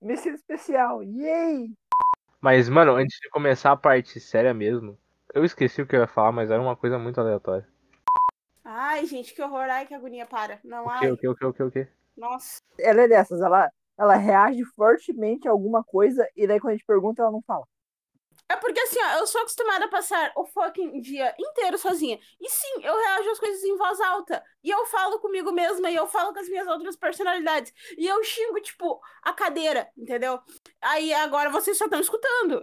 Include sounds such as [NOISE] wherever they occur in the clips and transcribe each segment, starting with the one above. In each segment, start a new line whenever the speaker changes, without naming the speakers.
Messias especial. Yay!
Mas, mano, antes de começar a parte séria mesmo, eu esqueci o que eu ia falar, mas era uma coisa muito aleatória.
Ai, gente, que horror. Ai, que agonia. Para. Não, é?
O
ai.
que, o que, o que, o que, o que?
Nossa.
Ela é dessas, ela, ela reage fortemente a alguma coisa e daí quando a gente pergunta, ela não fala.
É porque assim, ó, eu sou acostumada a passar o fucking dia inteiro sozinha. E sim, eu reajo às coisas em voz alta. E eu falo comigo mesma, e eu falo com as minhas outras personalidades. E eu xingo, tipo, a cadeira, entendeu? Aí agora vocês só estão escutando.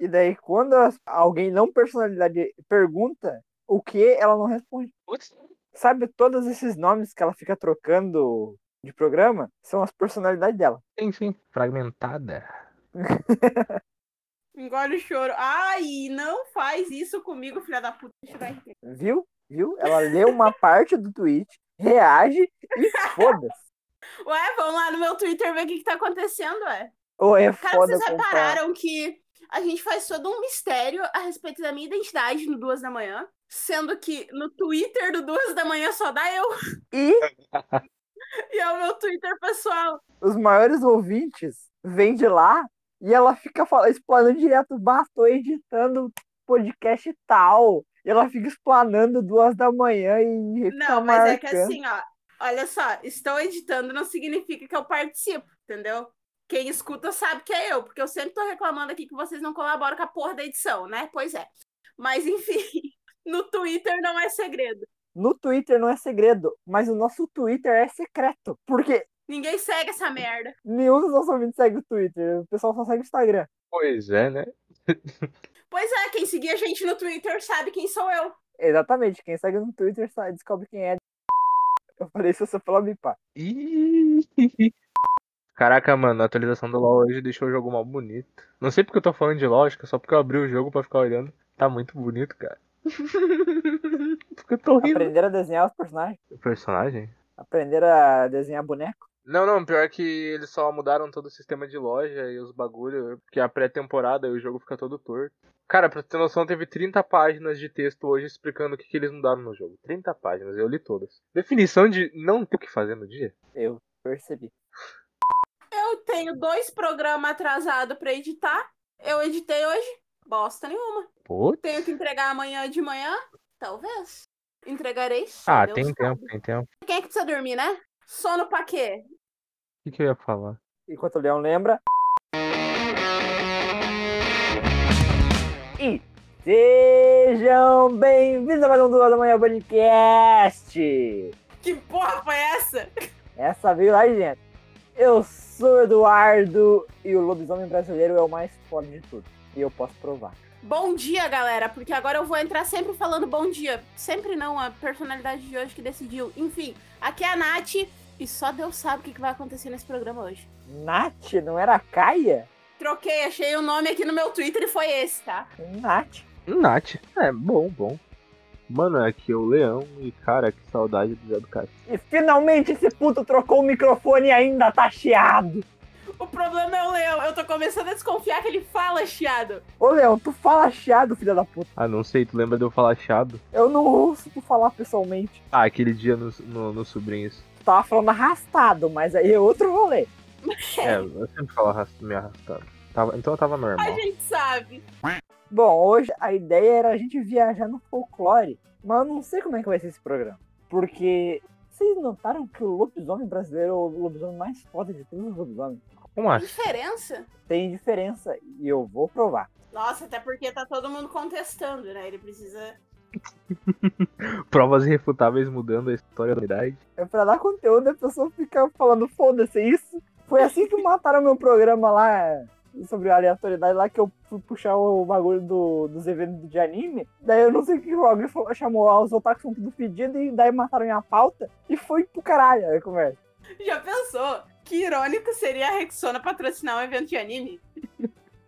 E daí quando as- alguém não personalidade pergunta o que, ela não responde.
Putz.
Sabe todos esses nomes que ela fica trocando de programa? São as personalidades dela.
Sim, sim. Fragmentada.
Engole o choro. Ai, não faz isso comigo, filha da puta. Deixa eu dar aqui.
Viu? Viu? Ela lê
[LAUGHS]
uma parte do tweet, reage e foda-se.
Ué, vamos lá no meu Twitter ver o que, que tá acontecendo, ué.
Ou é
Cara,
foda
vocês
comprar.
repararam que a gente faz todo um mistério a respeito da minha identidade no Duas da Manhã, sendo que no Twitter do Duas da Manhã só dá eu [LAUGHS]
E
e é o meu Twitter pessoal.
os maiores ouvintes vêm de lá e ela fica fala- explanando direto, bah, tô editando podcast tal. E ela fica explanando duas da manhã e fica
Não, mas é que
tá marcando.
assim, ó, olha só, estou editando não significa que eu participo, entendeu? Quem escuta sabe que é eu, porque eu sempre tô reclamando aqui que vocês não colaboram com a porra da edição, né? Pois é. Mas [LAUGHS] enfim, no Twitter não é segredo.
No Twitter não é segredo, mas o nosso Twitter é secreto. Porque
Ninguém segue essa merda.
nenhum dos nossos ouvintes segue o Twitter. O pessoal só segue o Instagram.
Pois é, né?
Pois é, quem seguir a gente no Twitter sabe quem sou eu.
Exatamente. Quem segue no Twitter sabe, descobre quem é. Eu falei isso só pela bipar.
Ih. Caraca, mano, a atualização do LoL hoje deixou o jogo mal bonito. Não sei porque eu tô falando de LoL, acho que é só porque eu abri o jogo pra ficar olhando. Tá muito bonito, cara. porque eu tô rindo.
Aprenderam a desenhar os personagens?
O personagem?
Aprenderam a desenhar boneco?
Não, não, pior que eles só mudaram todo o sistema de loja e os bagulho, porque é a pré-temporada e o jogo fica todo torto. Cara, pra ter noção, teve 30 páginas de texto hoje explicando o que, que eles mudaram no jogo. 30 páginas, eu li todas. Definição de não ter o que fazer no dia?
Eu percebi.
Eu tenho dois programas atrasados pra editar. Eu editei hoje, bosta nenhuma.
Pô,
Tenho que entregar amanhã de manhã? Talvez. Entregarei. só
Ah,
Deus
tem
sabe.
tempo, tem tempo.
Quem é que precisa dormir, né? Sono pra quê?
O que, que eu ia falar?
Enquanto o Leão lembra. E sejam bem-vindos a mais um Duas da Manhã Podcast!
Que porra foi essa?
Essa veio lá de dentro. Eu sou o Eduardo e o lobisomem brasileiro é o mais foda de tudo. E eu posso provar.
Bom dia, galera, porque agora eu vou entrar sempre falando bom dia. Sempre não, a personalidade de hoje que decidiu. Enfim, aqui é a Nath e só Deus sabe o que que vai acontecer nesse programa hoje.
Nath, não era Caia?
Troquei, achei o nome aqui no meu Twitter e foi esse, tá?
Nath.
Nath. É, bom, bom. Mano, aqui é o Leão e, cara, que saudade do Zé do Cacete.
E finalmente esse puto trocou o microfone e ainda tá chiado.
O problema é o Leão. Eu tô começando a desconfiar que ele fala chiado.
Ô Leão, tu fala chiado, filha da puta.
Ah, não sei, tu lembra de eu falar chado?
Eu não ouço tu falar pessoalmente.
Ah, aquele dia nos no, nos Sobrinhos.
Tu tava falando arrastado, mas aí é outro rolê.
É, eu sempre falo arrastado, me arrastado. Tava, então eu tava
A
normal.
gente sabe.
Bom, hoje a ideia era a gente viajar no folclore, mas eu não sei como é que vai ser esse programa. Porque vocês notaram que o lobisomem brasileiro é o lobisomem mais foda de todos os lobisomens.
Como
A
é-
assim?
diferença?
Tem diferença e eu vou provar.
Nossa, até porque tá todo mundo contestando, né? Ele precisa.
Provas irrefutáveis mudando a história da humanidade.
É pra dar conteúdo a pessoa fica falando, foda-se é isso. Foi assim que mataram meu programa lá é, sobre aleatoriedade, lá que eu fui puxar o bagulho do, dos eventos de anime. Daí eu não sei o que alguém falou, chamou lá, os otakus são tudo fedido e daí mataram minha pauta e foi pro caralho a conversa.
Já pensou? Que irônico seria a Rexona patrocinar um evento de anime?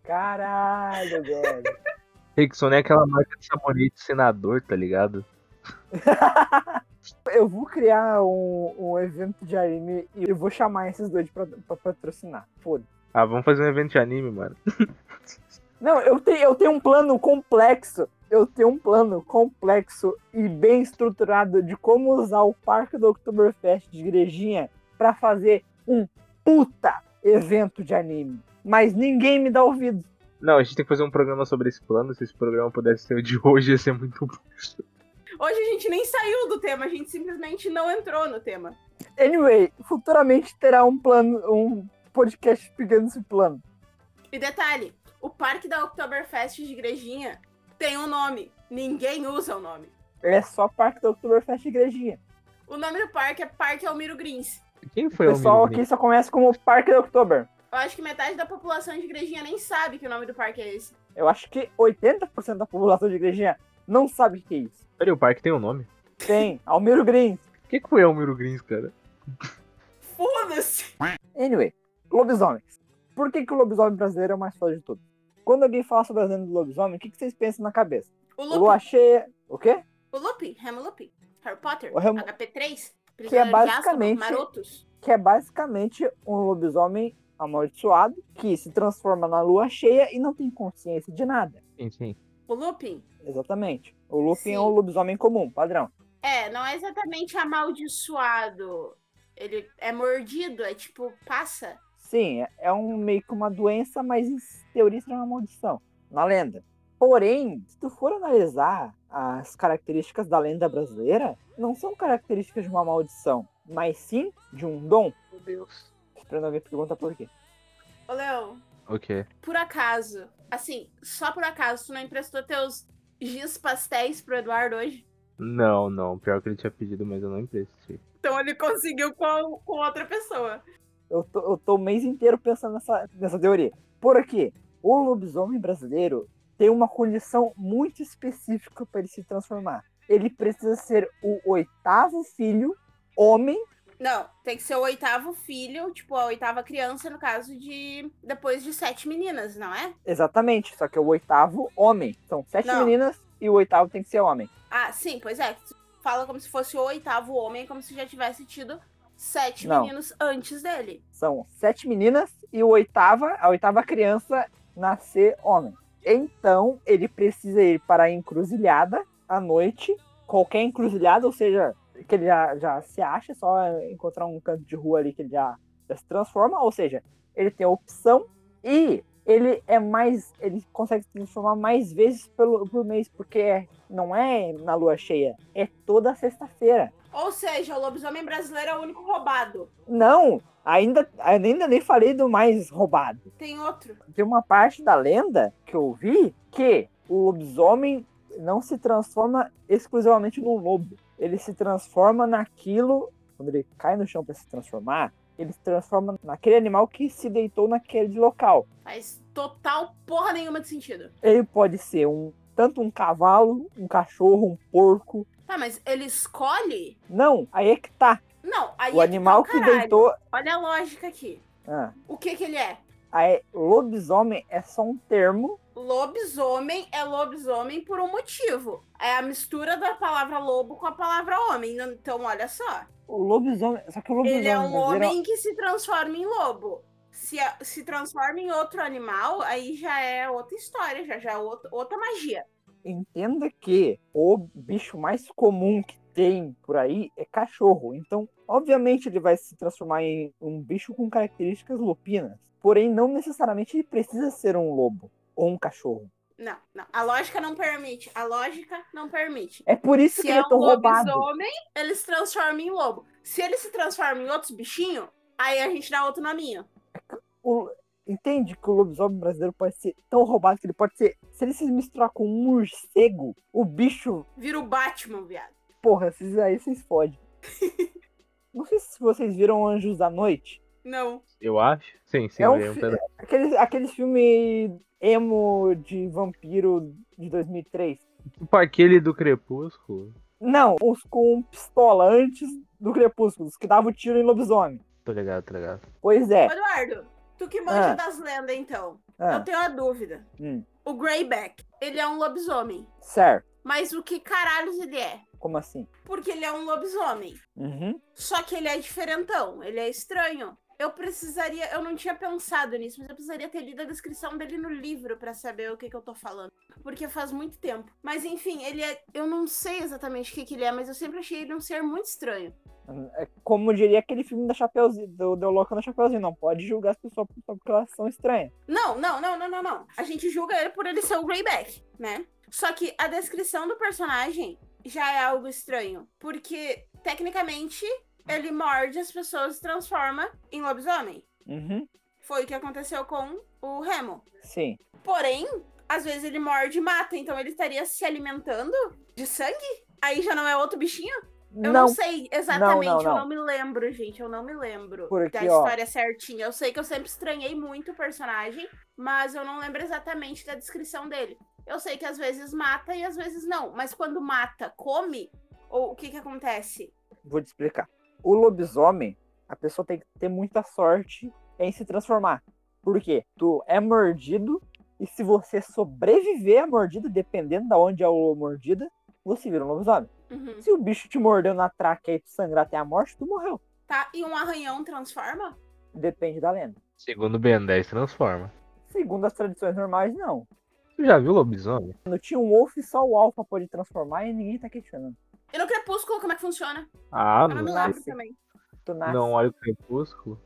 Caralho, velho.
Rickson é aquela marca de sabonete senador, tá ligado?
Eu vou criar um, um evento de anime e eu vou chamar esses dois pra, pra patrocinar. Foda.
Ah, vamos fazer um evento de anime, mano.
Não, eu, te, eu tenho um plano complexo. Eu tenho um plano complexo e bem estruturado de como usar o Parque do Oktoberfest de Igrejinha pra fazer um puta evento de anime. Mas ninguém me dá ouvido.
Não, a gente tem que fazer um programa sobre esse plano. Se esse programa pudesse ser o de hoje, ia ser muito bom.
Hoje a gente nem saiu do tema, a gente simplesmente não entrou no tema.
Anyway, futuramente terá um plano, um podcast pegando esse plano.
E detalhe, o parque da Oktoberfest de Igrejinha tem um nome. Ninguém usa o nome.
É só parque da Oktoberfest Igrejinha.
O nome do parque é Parque Almiro Greens.
Quem
O
foi um
pessoal
o
aqui só conhece como Parque da Oktober.
Eu acho que metade da população de Igrejinha nem sabe que o nome do parque é esse.
Eu acho que 80% da população de Igrejinha não sabe o que é isso.
Peraí, o parque tem um nome?
Tem, Almiro Green.
Quem que foi Almiro Grins, cara?
Foda-se!
Anyway, lobisomens. Por que, que o lobisomem brasileiro é o mais foda de tudo? Quando alguém fala sobre a lenda do lobisomem, o que, que vocês pensam na cabeça?
O
Eu
Lupin,
achei. O quê?
o Lupin, Remo Lupin, Harry Potter,
O Remo-
HP3,
é
Prisioneiro de Azkaban,
basicamente-
Marotos.
que é basicamente um lobisomem amaldiçoado que se transforma na lua cheia e não tem consciência de nada.
Sim, sim.
O Lupin,
Exatamente. O Lupin
Sim.
é um lobisomem comum, padrão.
É, não é exatamente amaldiçoado. Ele é mordido, é tipo, passa.
Sim, é- é um meio que uma doença, mas em teoria seria uma maldição, na lenda. Porém, se tu for analisar as características da lenda brasileira, não são características de uma maldição, mas sim de um dom.
Meu Deus.
Esperando alguém perguntar por quê.
Ô, Léo,
Ok.
por acaso, assim, só por acaso, tu não emprestou teus giz pastéis pro Eduardo hoje?
Não, não. Pior que ele tinha pedido, mas eu não emprestei.
Então ele conseguiu com, com outra pessoa.
Eu tô, eu tô o mês inteiro pensando nessa, nessa teoria. Por quê? O lobisomem brasileiro tem uma condição muito específica para ele se transformar. Ele precisa ser o oitavo filho homem.
Não, tem que ser o oitavo filho, tipo, a oitava criança, no caso de. Depois de sete meninas, não é?
Exatamente, só que é o oitavo homem. São sete
Não.
meninas e o oitavo tem que ser homem.
Ah, sim, pois é. Tu Fala como se fosse o oitavo homem, é como se já tivesse tido sete
Não.
meninos antes dele.
São sete meninas e o oitava, a oitava criança nascer homem. Então, ele precisa ir para a encruzilhada à noite, qualquer encruzilhada, ou seja, que ele já, já se acha, é só encontrar um canto de rua ali que ele já, já se transforma, ou seja, ele tem a opção e ele é mais, ele consegue se transformar mais vezes pelo, por mês, porque é- não é na lua cheia, é toda sexta-feira.
Ou seja, o lobisomem brasileiro é o único roubado.
Não, ainda, ainda nem falei do mais roubado.
Tem outro.
tem uma parte da lenda que eu vi que o lobisomem não se transforma exclusivamente num lobo. Ele se transforma naquilo. Quando ele cai no chão para se transformar, ele se transforma naquele animal que se deitou naquele local.
Faz total porra nenhuma de sentido.
Ele pode ser um tanto um cavalo, um cachorro, um porco.
Tá, mas ele escolhe?
Não, aí é que tá.
Não, aí
O
é que
animal
tá
que
o caralho.
deitou.
Olha a lógica aqui.
Ah,
O que que ele é?
aí, lobisomem é só um termo.
Lobisomem é lobisomem por um motivo. É a mistura da palavra lobo com a palavra homem. Não- Então, olha só.
O lobisomem. Só que o lobisomem.
Ele é um
brasileiro-
homem que se transforma em lobo. Se, a- se transforma em outro animal, aí já é outra história, já, já é outro- outra magia.
entenda que o bicho mais comum que tem por aí é cachorro. Então, obviamente, ele vai se transformar em um bicho com características lupinas. Porém, não necessariamente ele precisa ser um lobo ou um cachorro.
Não, não. A lógica não permite. A lógica não permite.
É por isso
Se
que ele
é
é tão
um
roubado.
lobisomem, ele se transforma em lobo. Se ele se transforma em outros bichinhos, aí a gente dá outro nominho.
O- Entende que o lobisomem brasileiro pode ser tão roubado que ele pode ser. Se ele se misturar com um morcego, o bicho.
Vira o Batman, viado.
Porra, esses aí vocês
[LAUGHS]
fodem. Não sei se vocês viram Anjos da Noite.
Não.
Eu acho? Sim, sim.
É um
eu lembro.
fi- Aquele, aquele filme emo de vampiro de 2003.
Tipo aquele do Crepúsculo.
Não, os com pistola antes do Crepúsculo, os que davam tiro em lobisomem.
Tô ligado, tô ligado.
Pois é.
Eduardo, tu que manja
Ah.
das lendas, então.
Ah,
Eu tenho uma dúvida.
Hum.
O Greyback, ele é um lobisomem.
certo.
Mas o que caralhos ele é?
Como assim?
Porque ele é um lobisomem.
Uhum.
Só que ele é diferentão, ele é estranho. Eu precisaria, eu não tinha pensado nisso, mas eu precisaria ter lido a descrição dele no livro pra saber o que, que eu tô falando. Porque faz muito tempo. Mas enfim, ele é. Eu não sei exatamente o que, que ele é, mas eu sempre achei ele um ser muito estranho.
É como diria aquele filme da Chapeuzinho, do, do Louco na Chapeuzinho, não pode julgar as pessoas só porque elas são estranhas.
Não, não, não, não, não, não. A gente julga ele por ele ser o Greyback, né? Só que a descrição do personagem já é algo estranho. Porque, tecnicamente, ele morde as pessoas e transforma em lobisomem.
Uhum.
Foi o que aconteceu com o Remo.
Sim.
Porém, às vezes ele morde e mata, então ele estaria se alimentando de sangue? Aí já não é outro bichinho? Eu não, sei exatamente,
não,
eu
não.
não me lembro, gente, eu não me lembro
Porque,
da
ó.
história certinha. Eu sei que eu sempre estranhei muito o personagem, mas eu não lembro exatamente da descrição dele. Eu sei que às vezes mata e às vezes não, mas quando mata, come, ou o que que acontece?
Vou te explicar. O lobisomem, a pessoa tem que ter muita sorte em se transformar. Por quê? Tu é mordido e se você sobreviver à mordida, dependendo da onde é a mordida, você vira um lobisomem.
Uhum.
Se o bicho te mordeu na traqueia e tu sangrar até a morte, tu morreu.
Tá? E um arranhão transforma?
Depende da lenda.
Segundo o Ben 10 transforma.
Segundo as tradições normais, não.
Tu já viu lobisomem?
No Team Wolf, só o Alpha pode transformar e ninguém tá questionando.
E no crepúsculo, como é que funciona?
Ah,
eu não me
não
lembro
sei.
também.
Tu nasce.
Não olha o crepúsculo.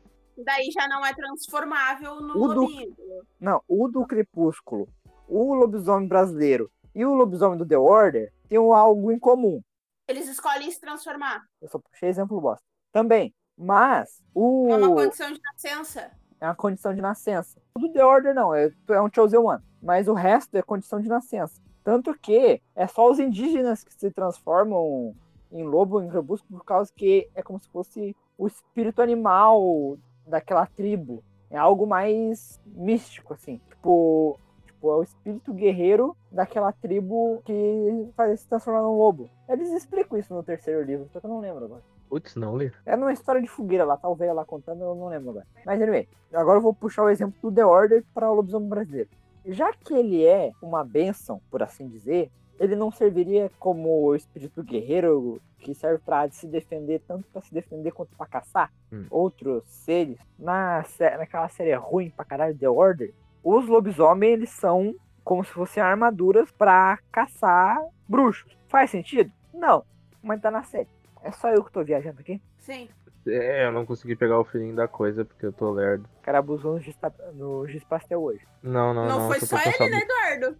Daí já não é transformável no
O do-
lobinho.
Não, o do Crepúsculo, o lobisomem brasileiro e o lobisomem do The Order têm um algo em comum.
Eles escolhem se transformar.
Eu só puxei exemplo bosta. Também. Mas o.
É uma condição de nascença.
é uma condição de nascença. O do The Order não, é, é um chosen one. Mas o resto é condição de nascença. Tanto que é só os indígenas que se transformam em lobo, em crepúsculo, por causa que é como se fosse o espírito animal daquela tribo. É algo mais místico, assim. Tipo, tipo é o espírito guerreiro daquela tribo que faz se transformar num lobo. Eles explicam isso no terceiro livro, só que eu não lembro agora.
Putz, não li.
É numa história de fogueira lá, talvez lá contando, eu não lembro agora. Mas anyway, agora eu vou puxar o exemplo do The Order para o lobisomem brasileiro. Já que ele é uma bênção, por assim dizer, ele não serviria como o espírito guerreiro que serve para se defender, tanto para se defender quanto para caçar
Hum.
outros seres. Na, sé- naquela série ruim pra caralho, The Order, os lobisomens eles são como se fossem armaduras para caçar bruxos. Faz sentido? Não, mas tá na série. É só eu que tô viajando aqui.
Sim.
É, eu não consegui pegar o feeling da coisa porque eu tô lerdo.
O cara abusou no giz, no giz pastel hoje.
Não,
Ah,
não,
Não,
não.
foi
eu tô
só ele,
pensando-
né,
[LAUGHS]
Eduardo?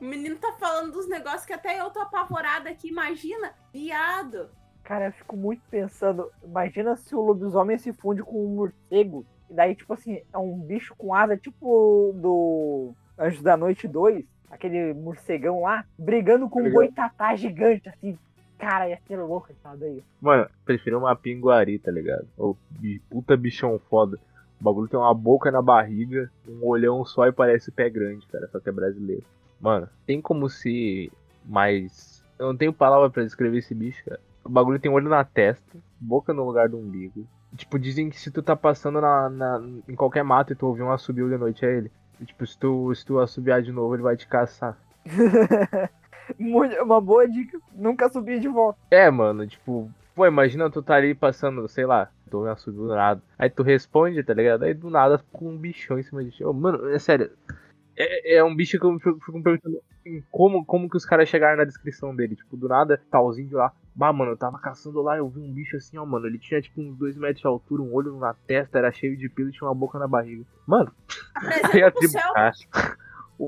O menino tá falando dos negócios que até eu tô apavorada aqui, imagina. Viado.
Cara, eu fico muito pensando. Imagina se o lobisomem se funde com um morcego. E daí, tipo assim, é um bicho com asa, tipo do Anjos da Noite 2, aquele morcegão lá, brigando com um
Legal.
boitatá gigante, assim. Cara, ia ser louco esse lado aí.
Mano, prefiro uma pinguari, tá ligado? Ô, bi- puta bichão foda. O bagulho tem uma boca na barriga, um olhão só e parece pé grande, cara. Só que é brasileiro. Mano, tem como se mais. Eu não tenho palavra pra descrever esse bicho, cara. O bagulho tem um olho na testa, boca no lugar do umbigo. Tipo, dizem que se tu tá passando na, na- em qualquer mato e tu ouvir um assobio de noite, é ele. E, tipo, se tu, se tu assobiar de novo, ele vai te caçar.
Muito- Uma boa dica. Nunca subir de volta.
É, mano, tipo, pô, imagina tu tá ali passando, sei lá, tu me assumiu do nada. Aí tu responde, tá ligado? Aí do nada com um bichão em cima de ti. Ô, mano, é sério. É, é um bicho que eu fico fico me perguntando em como, como que os caras chegaram na descrição dele. Tipo, do nada, talzinho lá. Bah, mano, eu tava caçando lá, eu vi um bicho assim, ó, mano. Ele tinha tipo uns 2 metros de altura, um olho na testa, era cheio de pelo e tinha uma boca na barriga. Mano, aí a
[LAUGHS] Apresenta pro
tribo.
céu.
caça.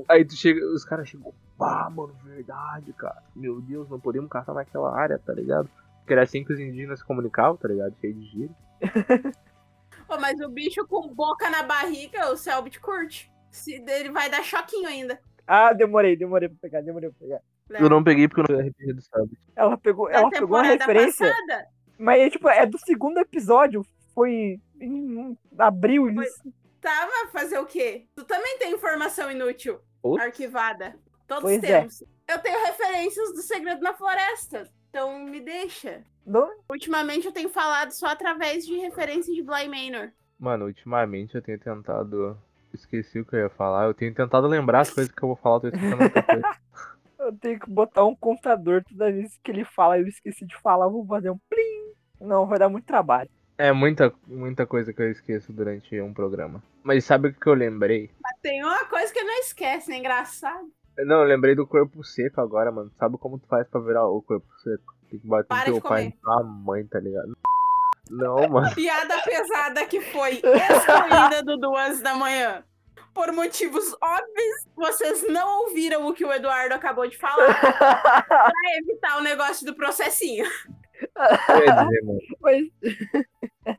Aí tu chega, os caras chegam, pá, mano, verdade, cara. Meu Deus, não podemos caçar naquela área, tá ligado? Porque era assim que os indígenas se comunicavam, tá ligado? Cheio de gíria.
Pô, mas o bicho com boca na barriga, o Selbit curte. Se, ele vai dar choquinho ainda.
Ah, demorei, demorei pra pegar, demorei pra pegar.
né?
Eu não peguei porque eu não era RPG do sábado.
Ela pegou,
Na
ela pegou a
temporada
é referência.
passada,
Mas, tipo, é do segundo episódio. Foi em abril.
Foi-
isso.
tava fazer o quê? Tu também tem informação inútil
Putz.
arquivada. Todos
Pois é.
temos. Eu tenho referências do Segredo na Floresta. Então me deixa.
Não,
Ultimamente eu tenho falado só através de referência de Bly Manor.
Mano, ultimamente eu tenho tentado. Esqueci o que eu ia falar. Eu tenho tentado lembrar as coisas que eu vou falar, eu tô escutando outra coisa.
eu tenho que botar um contador toda vez que ele fala. Eu esqueci de falar, eu vou fazer um plim. Não, vai dar muito trabalho.
É muita, muita coisa que eu esqueço durante um programa. Mas sabe o que eu lembrei?
Tem uma coisa que não esquece, né? Engraçado.
Não, eu lembrei do corpo seco agora, mano. Sabe como tu faz pra virar o corpo seco? Tem que bater
Para
no
de
teu pai e
comer.
na tua mãe, tá ligado? Não, mano. [LAUGHS]
Piada pesada que foi excluída do Duas da Manhã. Por motivos óbvios, vocês não ouviram o que o Eduardo acabou de
[LAUGHS]
falar pra evitar o negócio do processinho.
Quer dizer, mano.
Mas.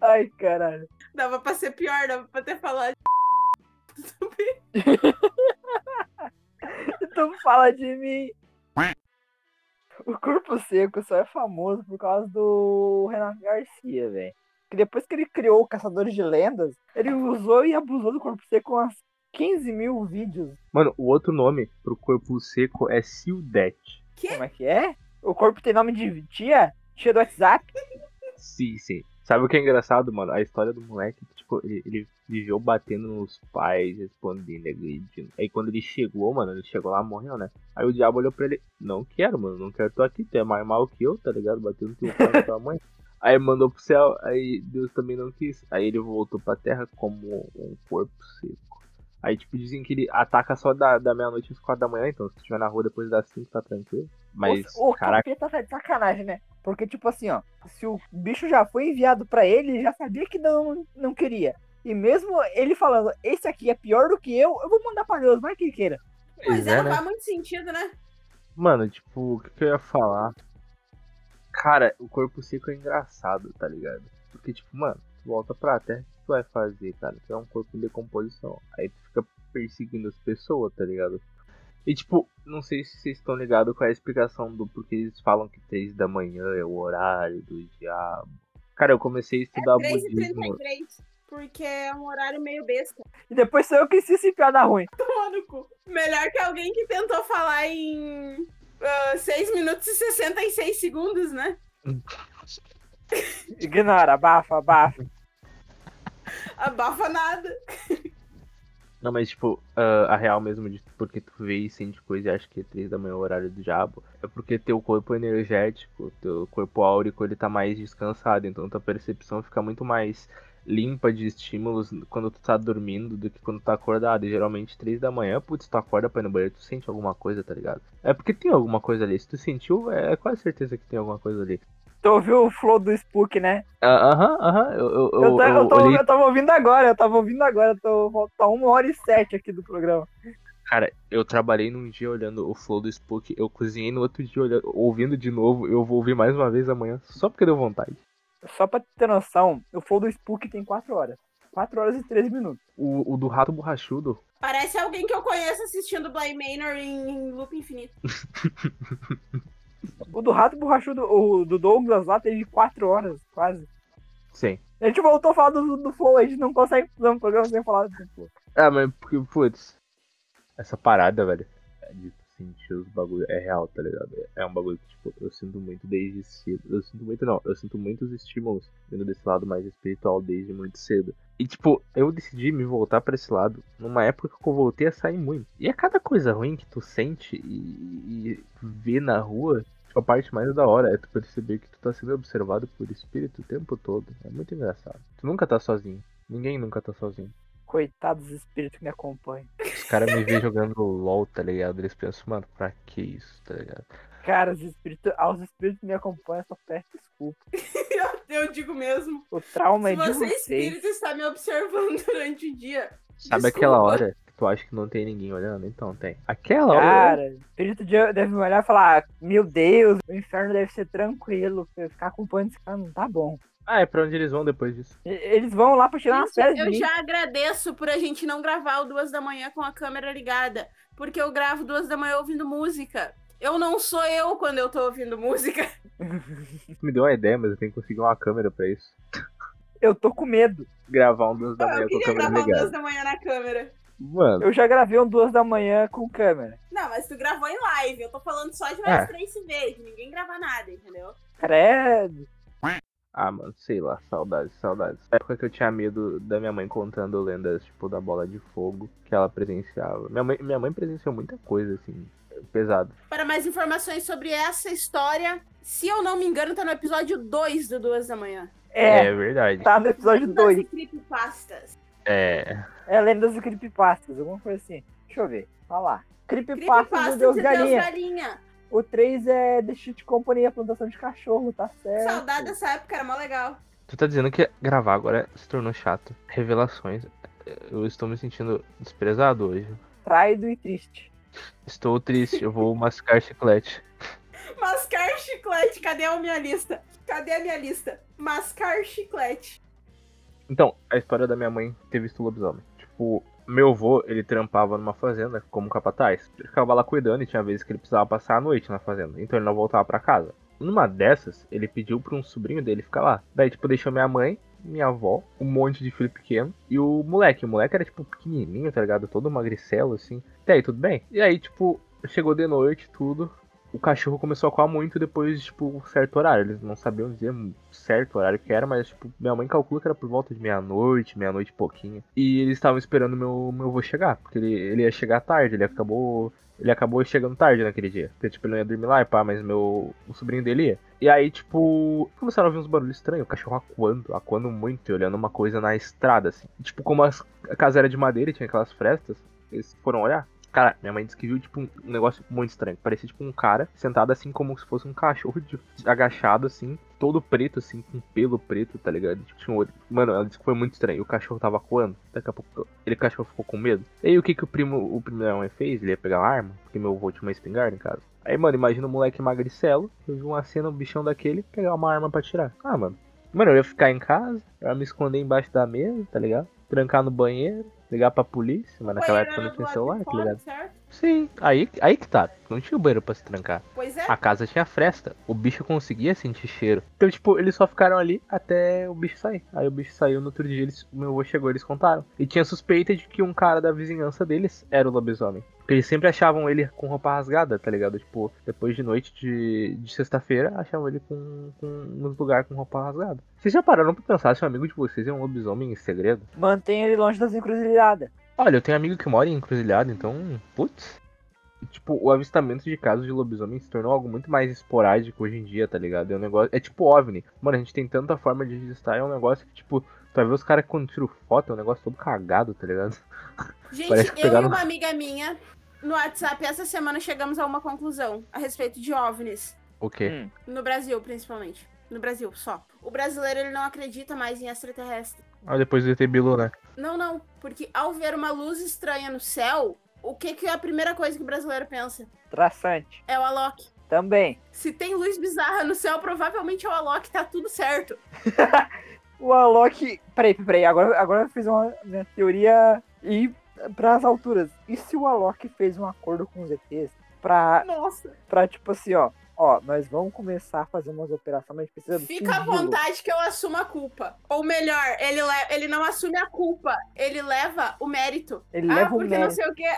Ai, caralho.
Dava pra ser pior, dava pra ter falado. [LAUGHS]
Tu Então fala de mim. O Corpo Seco só é famoso por causa do Renato Garcia, velho. Que depois que ele criou o Caçadores de Lendas, ele usou e abusou do Corpo Seco umas 15 mil vídeos.
Mano, o outro nome pro corpo seco é Sildete.
Como é que é? O corpo tem nome de tia? Tia do WhatsApp?
Sim, sim. Sabe o que é engraçado, mano? A história do moleque, tipo, ele, ele viveu batendo nos pais, respondendo, agredindo. Aí quando ele chegou, mano, ele chegou lá, morreu, né? Aí o diabo olhou pra ele, não quero, mano, não quero tu aqui, tu é mais mal que eu, tá ligado? Batendo no teu pai e na tua mãe. [LAUGHS] Aí mandou pro céu, aí Deus também não quis. Aí ele voltou pra terra como um corpo seco. Aí, tipo, dizem que ele ataca só da, da meia-noite às quatro da manhã, então se tu estiver na rua depois das cinco, tá tranquilo. Mas,
o, o
caraca,
capeta tá de sacanagem, né? Porque, tipo assim, ó, se o bicho já foi enviado pra ele, ele já sabia que não, não queria. E mesmo ele falando, esse aqui é pior do que eu, eu vou mandar pra Deus, vai que queira.
Pois
Pois
é,
é,
não
né?
faz muito sentido, né?
Mano, tipo, o que, que eu ia falar? Cara, o corpo seco é engraçado, tá ligado? Porque, tipo, mano, tu volta pra terra, o que tu vai fazer, cara? Tu é um corpo em decomposição. Aí tu fica perseguindo as pessoas, tá ligado? E, tipo, não sei se vocês estão ligados com a explicação do porque eles falam que 3 da manhã é o horário do diabo. Cara, eu comecei a
É
estudar budismo.
3h33, porque é um horário meio besta. [LAUGHS]
E depois sou eu que insisto em piada ruim.
Tomar no cu. Melhor que alguém que tentou falar em ah, 6 minutos e 66 segundos, né?
Ignora, abafa,
[LAUGHS]
abafa.
Abafa nada.
Não, mas tipo, ah, a real mesmo de porque tu vê e sente coisa e acha que é 3 da manhã é o horário do diabo, é porque teu corpo energético, teu corpo áurico, ele tá mais descansado, então tua percepção fica muito mais limpa de estímulos quando tu tá dormindo do que quando tu tá acordado. E geralmente 3 da manhã, putz, tu acorda pra ir no banheiro, tu sente alguma coisa, tá ligado? É porque tem alguma coisa ali. Se tu sentiu, é quase certeza que tem alguma coisa ali.
Tu ouviu o flow do Spook, né?
Ah, Aham, aham, eu, eu, eu,
eu, tô- eu tô-
olhei-
eu tava ouvindo agora, eu tava ouvindo agora, eu tô, tá uma hora e sete aqui do programa.
Cara, eu trabalhei num dia olhando o flow do Spook, eu cozinhei no outro dia olhando, ouvindo de novo, eu vou ouvir mais uma vez amanhã, só porque deu vontade.
Só pra ter noção, o flow do Spook tem quatro horas. Quatro horas e três minutos.
O, o do Rato Borrachudo,
Parece alguém que eu conheço assistindo Bly Manor em, em Loop Infinito. [LAUGHS]
O do Rato Borrachudo, o do Douglas lá, teve quatro horas, quase.
sim.
A gente voltou a falar do, do Flow, a gente não consegue fazer um programa sem falar do Flow.
Ah, mas porque, putz, essa parada, velho, é de tu sentir os bagulho é real, tá ligado? É um bagulho que, tipo, eu sinto muito desde cedo. Eu sinto muito, não, eu sinto muitos estímulos vindo desse lado mais espiritual desde muito cedo. E, tipo, eu decidi me voltar pra esse lado numa época que eu voltei a sair muito. E a cada coisa ruim que tu sente e, e vê na rua, tipo, a parte mais da hora é tu perceber que tu tá sendo observado por espírito o tempo todo. É muito engraçado. Tu nunca tá sozinho. Ninguém nunca tá sozinho.
Coitados dos espíritos que me acompanham.
Os caras me veem jogando LOL, tá ligado? Eles pensam, mano, pra que isso, tá ligado?
Cara, os espíritos, aos espíritos que me acompanham, eu só peço desculpa.
Eu, eu digo mesmo.
O trauma
Se
é de
você,
vocês.
espírito, está me observando [LAUGHS] durante o dia.
Sabe
desculpa.
aquela hora que tu acha que não tem ninguém olhando? Então tem. Aquela hora.
Cara, o espírito de- deve me olhar e falar: Meu Deus, o inferno deve ser tranquilo. eu Ficar acompanhando esse cara não tá bom.
Ah, é pra onde eles vão depois disso.
E- Eles vão lá pra tirar umas
Gente,
férias de
eu
mim.
já agradeço por a gente não gravar o duas da manhã com a câmera ligada, porque eu gravo duas da manhã ouvindo música. Eu não sou eu quando eu tô ouvindo música.
Me deu uma ideia, mas eu tenho que conseguir uma câmera pra isso.
Eu tô com medo.
Gravar um duas da
Ah, eu
manhã com a
queria
câmera
gravar Tá duas
ligada.
da manhã na câmera.
Mano,
Eu já gravei um duas da manhã com câmera.
Não, mas tu gravou em live. Eu tô falando só de
É.
mais três vezes. Ninguém grava nada, entendeu?
Credo.
ah, mano, sei lá, saudades, saudades. Na época que eu tinha medo da minha mãe contando lendas, tipo, da bola de fogo que ela presenciava. Minha mãe, minha mãe presenciou muita coisa, assim, pesado.
Para mais informações sobre essa história, se eu não me engano, tá no episódio 2 do Duas da Manhã.
É,
verdade.
tá no episódio
Das
2.
creepypastas.
É.
É lendas e creepypastas, alguma coisa assim. Deixa eu ver. Tá lá. Creepypastas do
Creepypastas
Deus
de
Galinha.
Deus Galinha.
O 3 é The Shit Company, a plantação de cachorro, tá
É.
certo.
Saudade dessa época, era mó legal.
Tu tá dizendo que gravar agora se tornou chato. Revelações. Eu estou me sentindo desprezado hoje.
Traído e triste.
Estou triste, eu vou mascar chiclete.
Mascar chiclete, cadê a minha lista? Cadê a minha lista? Mascar chiclete.
Então, a história da minha mãe ter visto lobisomem. Tipo, meu avô, ele trampava numa fazenda como capataz. Ele ficava lá cuidando e tinha vezes que ele precisava passar a noite na fazenda. Então ele não voltava pra casa. Numa dessas, ele pediu pra um sobrinho dele ficar lá. Daí, tipo, deixou minha mãe, minha avó, um monte de filho pequeno e o moleque. O moleque era, tipo, pequenininho, tá ligado? Todo magricelo, assim. Até aí, tudo bem? E aí, tipo, chegou de noite, tudo. O cachorro começou a coar muito depois de, tipo, um certo horário. Eles não sabiam dizer um certo horário que era, mas, tipo, minha mãe calcula que era por volta de meia-noite, meia-noite e pouquinho. E eles estavam esperando meu, meu avô chegar, porque ele, ele ia chegar tarde, ele acabou. Ele acabou chegando tarde naquele dia. Porque, tipo, ele não ia dormir lá e pá, mas meu. O sobrinho dele ia. E aí, tipo, começaram a ouvir uns barulhos estranhos. O cachorro acuando, acuando muito, e olhando uma coisa na estrada, assim. E, tipo, como as- a casa era de madeira e tinha aquelas frestas, eles foram olhar. Cara, minha mãe disse que viu, tipo, um um negócio muito estranho. Parecia, tipo, um cara sentado, assim, como se fosse um cachorro de- agachado, assim, todo preto, assim, com pelo preto, tá ligado? Tipo, tinha um olho. Mano, ela disse que foi muito estranho. O cachorro tava coando. Daqui a pouco, ele o cachorro ficou com medo. E aí, o que que o primo, o primo da minha mãe fez? Ele ia pegar uma arma, porque meu avô tinha uma espingarda em casa. Aí, mano, imagina um moleque magricelo, eu vi uma cena, um bichão daquele, pegar uma arma pra tirar. Ah, mano. Mano, eu ia ficar em casa, eu ia me esconder embaixo da mesa, tá ligado? Trancar no banheiro, ligar pra polícia, mas naquela época não tinha celular, tá ligado?
certo?
Sim, aí, aí que tá. Não tinha banheiro pra se trancar.
Pois é.
A casa tinha fresta. O bicho conseguia sentir cheiro. Então, tipo, eles só ficaram ali até o bicho sair. Aí o bicho saiu, no outro dia eles, meu avô chegou, eles contaram. E tinha suspeita de que um cara da vizinhança deles era o lobisomem. Porque eles sempre achavam ele com roupa rasgada, tá ligado? Tipo, depois de noite de, de sexta-feira, achavam ele com, com, nos lugares com roupa rasgada. Vocês já pararam pra pensar se um amigo de vocês é um lobisomem em segredo?
Mantém ele longe das encruzilhadas.
Olha, eu tenho amigo que mora em encruzilhada, então, putz. Tipo, o avistamento de casos de lobisomem se tornou algo muito mais esporádico hoje em dia, tá ligado? É um negócio. É tipo OVNI. Mano, a gente tem tanta forma de registrar, é um negócio que, tipo, tu vai ver os caras quando tiram foto, é um negócio todo cagado, tá ligado?
Gente,
Parece que
eu e
pegaram-
uma amiga minha, no WhatsApp, essa semana chegamos a uma conclusão a respeito de OVNIs.
O quê?
Hum,
No Brasil, principalmente. No Brasil, só. O brasileiro, ele não acredita mais em extraterrestre.
Ah, depois do ET Bilu, né?
Não, não. Porque ao ver uma luz estranha no céu, o que, que é a primeira coisa que o brasileiro pensa?
Traçante.
É o Alok.
Também.
Se tem luz bizarra no céu, provavelmente é o Alok, tá tudo certo.
O Alok. Peraí, peraí. Agora, agora eu fiz uma minha teoria e pras alturas. E se o Alok fez um acordo com os ETs pra,
Nossa.
pra tipo assim, ó. Ó, nós vamos começar a fazer umas operações, mas a gente
É
precisa do
Fica à
sigilo.
vontade que eu assumo a culpa. Ou melhor, ele, le- ele não assume a culpa, ele leva o mérito.
Ele
ah,
leva um o
porque não
mérito.
sei o que.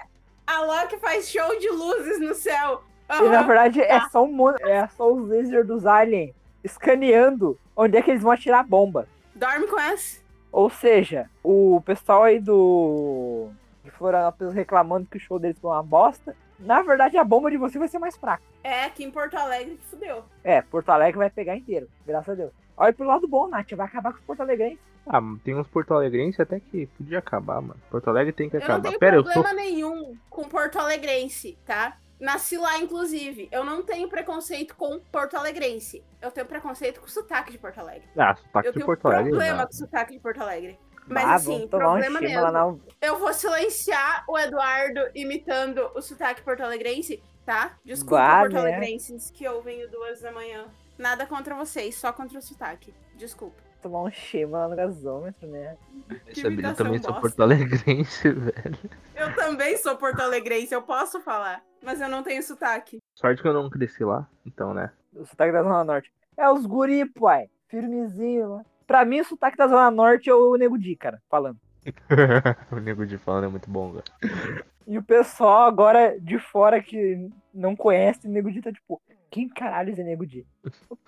A Loki faz show de luzes no céu.
E na
Aham.
verdade é
tá.
só, um, mon- é só os lasers dos aliens escaneando onde é que eles vão atirar a bomba.
Dorme com essa.
Ou seja, o pessoal aí do. de Florianópolis reclamando que o show deles foi uma bosta. Na verdade, a bomba de você vai ser mais fraca.
É, aqui em Porto Alegre que fudeu.
É, Porto Alegre vai pegar inteiro, graças a Deus. Olha pro lado bom, Nath, vai acabar com os Porto Alegrenses.
Ah, tem uns Porto Alegrense até que podia acabar, mano. Porto Alegre tem que
Eu não
acabar.
tenho
Pera, eu sou.
problema nenhum com Porto Alegrense, tá? Nasci lá, inclusive. Eu não tenho preconceito com Porto Alegrense. Eu tenho preconceito com o sotaque de Porto Alegre.
Ah, sotaque
Eu
de
tenho
Porto Alegre. né?
problema
não.
com o sotaque de Porto Alegre. Mas
Ah,
assim,
vamos tomar um
problema
chima
mesmo.
lá na.
Eu vou silenciar o Eduardo imitando o sotaque porto-alegrense, tá? Desculpa,
Bah,
porto-alegrenses, que eu venho duas da manhã. Nada contra vocês, só contra o sotaque. Desculpa.
Tomar um chima lá no gasômetro, né?
Eu sabia, eu
imitação
também sou
bosta.
Porto Alegrense, [LAUGHS] velho.
Eu também sou porto-alegrense, eu posso falar, mas eu não tenho sotaque.
Sorte que eu não cresci lá, então, né?
O sotaque da Zona Norte. É os guri, pai. Firmezinho lá. Pra mim, o sotaque da Zona Norte é o Nego Di, cara, falando.
[LAUGHS] o Nego de falando é muito bom, velho.
E o pessoal agora de fora que não conhece o Nego Di tá tipo, quem caralho é Nego Di?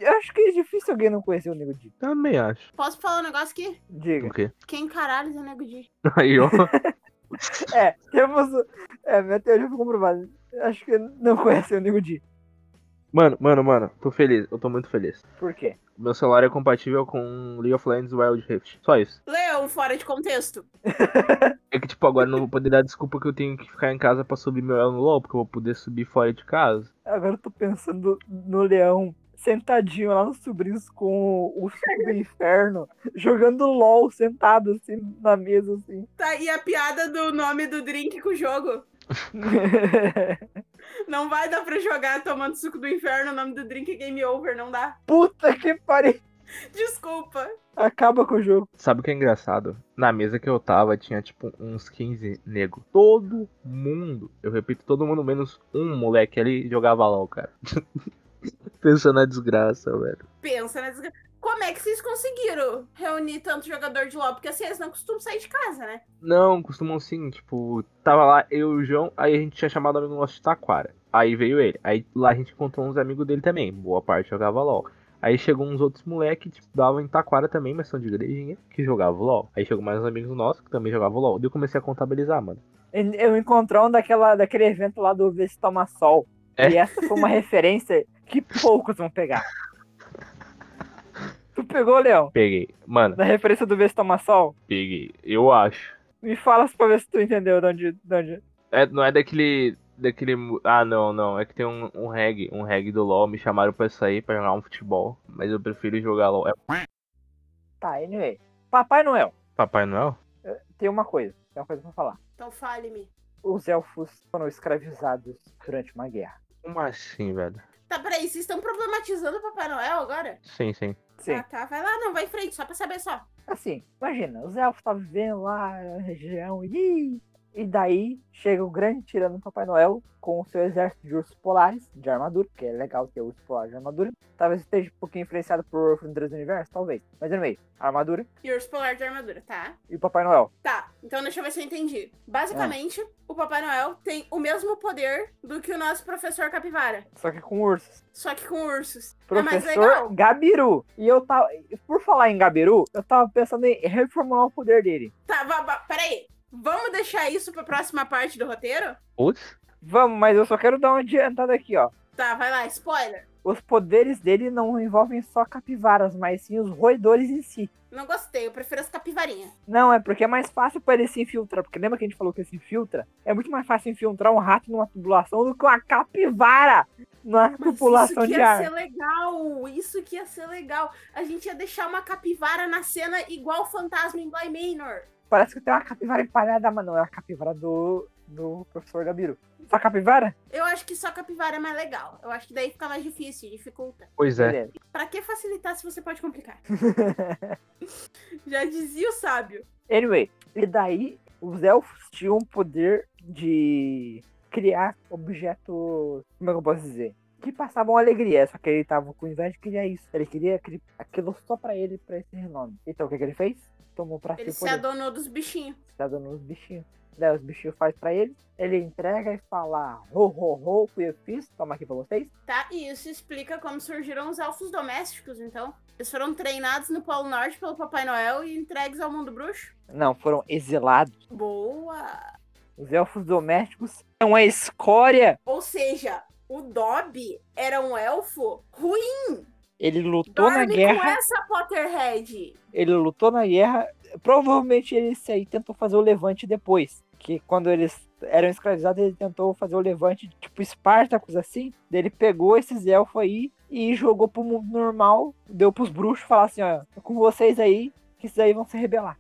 Eu acho que é difícil alguém não conhecer o Nego Di.
Também acho.
Posso falar um negócio aqui?
Diga.
O quê? [LAUGHS]
Quem caralho é nego de?
Aí, ó.
É, temos. É, minha teoria foi comprovada. Acho que não conhece o Nego Di.
Mano, mano, mano, tô feliz, eu tô muito feliz.
Por quê?
Meu celular é compatível com League of Legends Wild Rift. Só isso.
Leu, fora de contexto.
É que, tipo, agora eu não vou poder dar desculpa que eu tenho que ficar em casa pra subir meu elo no LoL, porque eu vou poder subir fora de casa.
Agora eu tô pensando no leão sentadinho lá nos sobrinhos com o suco do inferno, jogando LOL sentado assim na mesa assim. [LAUGHS]
Tá, e a piada do nome do drink com o jogo? Não vai dar pra jogar tomando suco do inferno, o nome do drink é game over, não dá.
Puta que pariu!
Desculpa.
Acaba com o jogo.
Sabe o que é engraçado? Na mesa que eu tava tinha, tipo, uns 15 negros. Todo mundo, eu repito, todo mundo menos um moleque ali jogava LOL, cara. [LAUGHS] Pensa na desgraça, velho.
Pensa, né? desgra- Como é que vocês conseguiram reunir tanto jogador de LoL? Porque assim, eles não costumam sair de casa, né?
Não, costumam sim, tipo, tava lá eu e o João, aí a gente tinha chamado um amigo nosso de Taquara. Aí veio ele. Aí lá a gente encontrou uns amigos dele também. Boa parte jogava LOL. Aí chegou uns outros moleques, tipo, davam em Taquara também, mas são de igrejinha, que jogavam LOL. Aí chegou mais uns amigos nossos que também jogavam LOL. Daí eu comecei a contabilizar, mano.
Eu encontrei um daquela, daquele evento lá do Vê se toma sol.
É.
E essa foi uma [LAUGHS] referência que poucos vão pegar. Tu pegou, Leão?
Peguei. Mano,
Na referência do Vê se toma sol?
peguei. Eu acho.
Me fala pra ver se tu entendeu de onde. De onde...
É, não é daquele. Daquele. mu- Ah, não, não. É que tem um, um reggae. Um reggae do LOL. Me chamaram pra sair pra jogar um futebol. Mas eu prefiro jogar LOL. É
Tá, anyway. Papai Noel,
Papai Noel?
tem uma coisa. Tem uma coisa pra falar.
Então fale-me.
Os elfos foram escravizados durante uma guerra.
Como assim, velho?
Tá, peraí, vocês estão problematizando o Papai Noel agora?
Sim, sim.
Sim.
Ah, tá, vai lá, não, vai em frente, só pra saber só.
Assim, imagina, os elfos estavam tá vivendo lá na região e. E daí chega o grande tirano Papai Noel com o seu exército de ursos polares, de armadura, que é legal ter ursos polares de armadura. Talvez esteja um pouquinho influenciado por Orphan Três Universo, talvez. Mas no meio, armadura
E o urso polar de armadura, tá?
e o Papai Noel.
Tá, então deixa eu ver se eu entendi. Basicamente, o Papai Noel tem o mesmo poder do que o nosso professor Capivara,
Só que com ursos.
só que com ursos. mais
Professor
legal.
Gabiru. E eu tava. Por falar em Gabiru, eu tava pensando em reformular o poder dele.
Tá, va- va- peraí. Vamos deixar isso pra próxima parte do roteiro?
Putz.
Vamos, mas eu só quero dar uma adiantada aqui, ó.
Tá, vai lá, spoiler.
Os poderes dele não envolvem só capivaras, mas sim os roedores em si.
Não gostei, eu prefiro as capivarinhas.
Não, é porque é mais fácil pra ele se infiltrar. Porque lembra que a gente falou que ele se infiltra? É muito mais fácil infiltrar um rato numa tubulação do que uma capivara na
isso
tubulação
que é
de
ia
ar.
ser legal, isso que ia ser legal. A gente ia deixar uma capivara na cena igual o fantasma em Bly Manor.
Parece que tem uma capivara empalhada, mas não é a capivara do, do professor Gabiru. Só capivara?
Eu acho que só capivara é mais legal. Eu acho que daí fica mais difícil, dificulta.
Pois é.
Beleza.
Pra que facilitar se você
[LAUGHS]
pode complicar? Já dizia o sábio.
Anyway, e daí os elfos tinham o poder de criar objetos. Como é que eu posso dizer? Que passavam alegria, só que ele tava com inveja de criar isso. Ele queria aquele- aquilo só pra ele, pra esse renome. Então o que, que ele fez? Tomou pra si
Ele
o
se
poder.
adonou dos bichinhos.
tá dando os bichinhos. Daí os bichinhos faz pra ele, ele entrega e fala: ho, ho, ho, fui eu que fiz, toma aqui pra vocês.
Tá, e isso explica como surgiram os elfos domésticos, então. Eles foram treinados no Polo Norte pelo Papai Noel e entregues ao mundo bruxo.
Não, foram exilados.
Boa!
Os elfos domésticos são a escória.
Ou seja, o Dobby era um elfo ruim.
Ele lutou na
Dorme com
guerra,
essa, Potterhead!
ele lutou na guerra. Provavelmente ele se aí tentou fazer o levante depois. Que quando eles eram escravizados, ele tentou fazer o levante, tipo Espartacus, assim. Daí ele pegou esses elfos aí e jogou pro mundo normal. Deu pros bruxos falar assim: ó, "Tô com vocês aí, que esses aí vão se rebelar.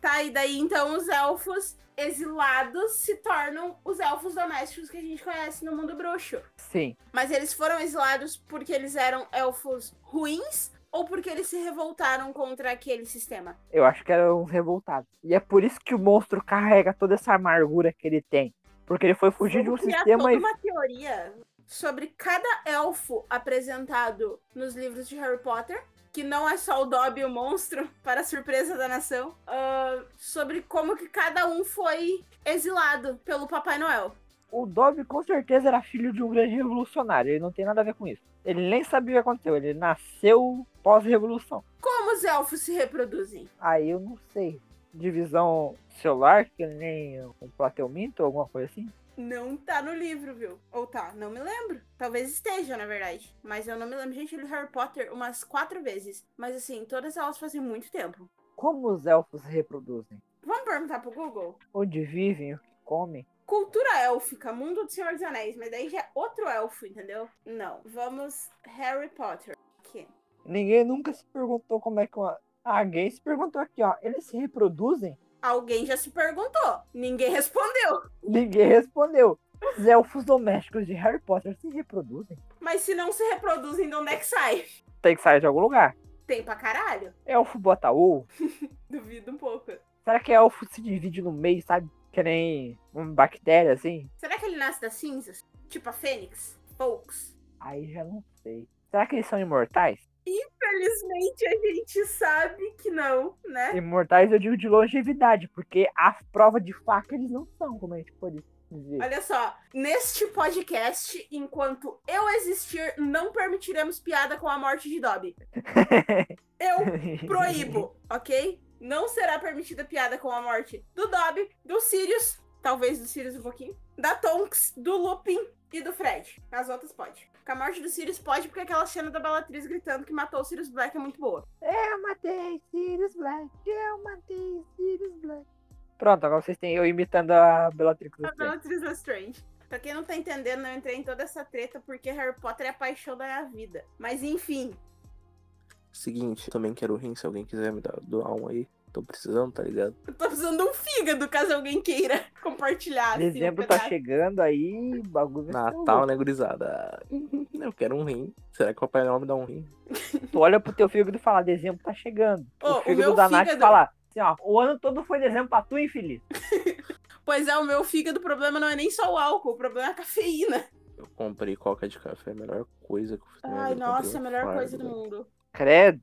Tá, e daí então os elfos exilados se tornam os elfos domésticos que a gente conhece no mundo bruxo.
Sim.
Mas eles foram exilados porque eles eram elfos ruins ou porque eles se revoltaram contra aquele sistema?
Eu acho que era um revoltado. E é por isso que o monstro carrega toda essa amargura que ele tem. Porque ele foi fugir de um
Vamos criar
sistema
toda
e.
uma teoria sobre cada elfo apresentado nos livros de Harry Potter, que não é só o Dobby o monstro, [LAUGHS] para a surpresa da nação, ah, sobre como que cada um foi exilado pelo Papai Noel.
O Dobby com certeza era filho de um grande revolucionário. Ele não tem nada a ver com isso. Ele nem sabia o que aconteceu. Ele nasceu pós-revolução.
Como os elfos se reproduzem?
Aí eu não sei. Divisão celular, que nem o Plateuminto, alguma coisa assim.
Não tá no livro, viu? Ou tá, não me lembro. Talvez esteja, na verdade. Mas eu não me lembro. Gente, eu li Harry Potter umas quatro vezes. Mas assim, todas elas fazem muito tempo.
Como os elfos se reproduzem?
Vamos perguntar pro Google.
Onde vivem? O que comem?
Cultura élfica, mundo do Senhor dos Anéis. Mas daí já é outro elfo, entendeu? Não. Vamos Harry Potter. Aqui.
Ninguém nunca se perguntou como é que uma... alguém se perguntou aqui, ó. Eles se reproduzem?
Alguém já se perguntou. Ninguém [LAUGHS] respondeu.
Ninguém respondeu. Os elfos domésticos de Harry Potter se reproduzem?
Mas se não se reproduzem, de onde é que sai?
Tem que sair de algum lugar.
Tem pra caralho.
Elfo bota ovo?
Duvido um pouco.
Será que elfo se divide no meio, sabe? Que nem uma bactéria, assim?
Será que ele nasce das cinzas? Tipo a Fênix? Folks?
Aí já não sei. Será que eles são imortais?
Infelizmente, a gente sabe que não, né?
Imortais eu digo de longevidade, porque a prova de faca eles não são, como a gente pode dizer. [LAUGHS]
Olha só, neste podcast, enquanto eu existir, não permitiremos piada com a morte de Dobby. Eu proíbo, ok? Não será permitida piada com a morte do Dobby, do Sirius, talvez do Sirius um pouquinho, da Tonks, do Lupin e do Fred. As outras pode. Com a morte do Sirius pode, porque é aquela cena da Bellatrix gritando que matou o Sirius Black é muito boa.
Eu matei Sirius Black, eu matei Sirius Black. Pronto, agora vocês têm eu imitando a Bellatrix.
A Bellatrix Lestrange. Pra quem não tá entendendo, eu entrei em toda essa treta porque Harry Potter é a paixão da minha vida. Mas enfim,
Seguinte, também quero rim, se alguém quiser me dar, doar um aí. Tô precisando, tá ligado?
eu tô precisando de um fígado, caso alguém queira [LAUGHS] compartilhar. assim, um
Dezembro tá
pedaço.
chegando aí, o bagulho é vai ser
Natal, né, [LAUGHS] gurizada? Eu quero um rim. Será que o Papai Noel me dá um rim?
louco. Tu olha pro teu fígado e fala, dezembro tá chegando.
Ô, o
o fígado
meu
da Nath
fígado-
fala assim, ó, o ano todo foi dezembro pra tu, infeliz.
Pois é, o meu fígado, o problema não é nem só o álcool, o problema é a cafeína.
Eu comprei coca de café, é a melhor coisa que eu fiz. na minha
Ai,
vida, eu comprei
nossa, a
um
melhor
fardo,
coisa do
velho.
mundo.
Credo.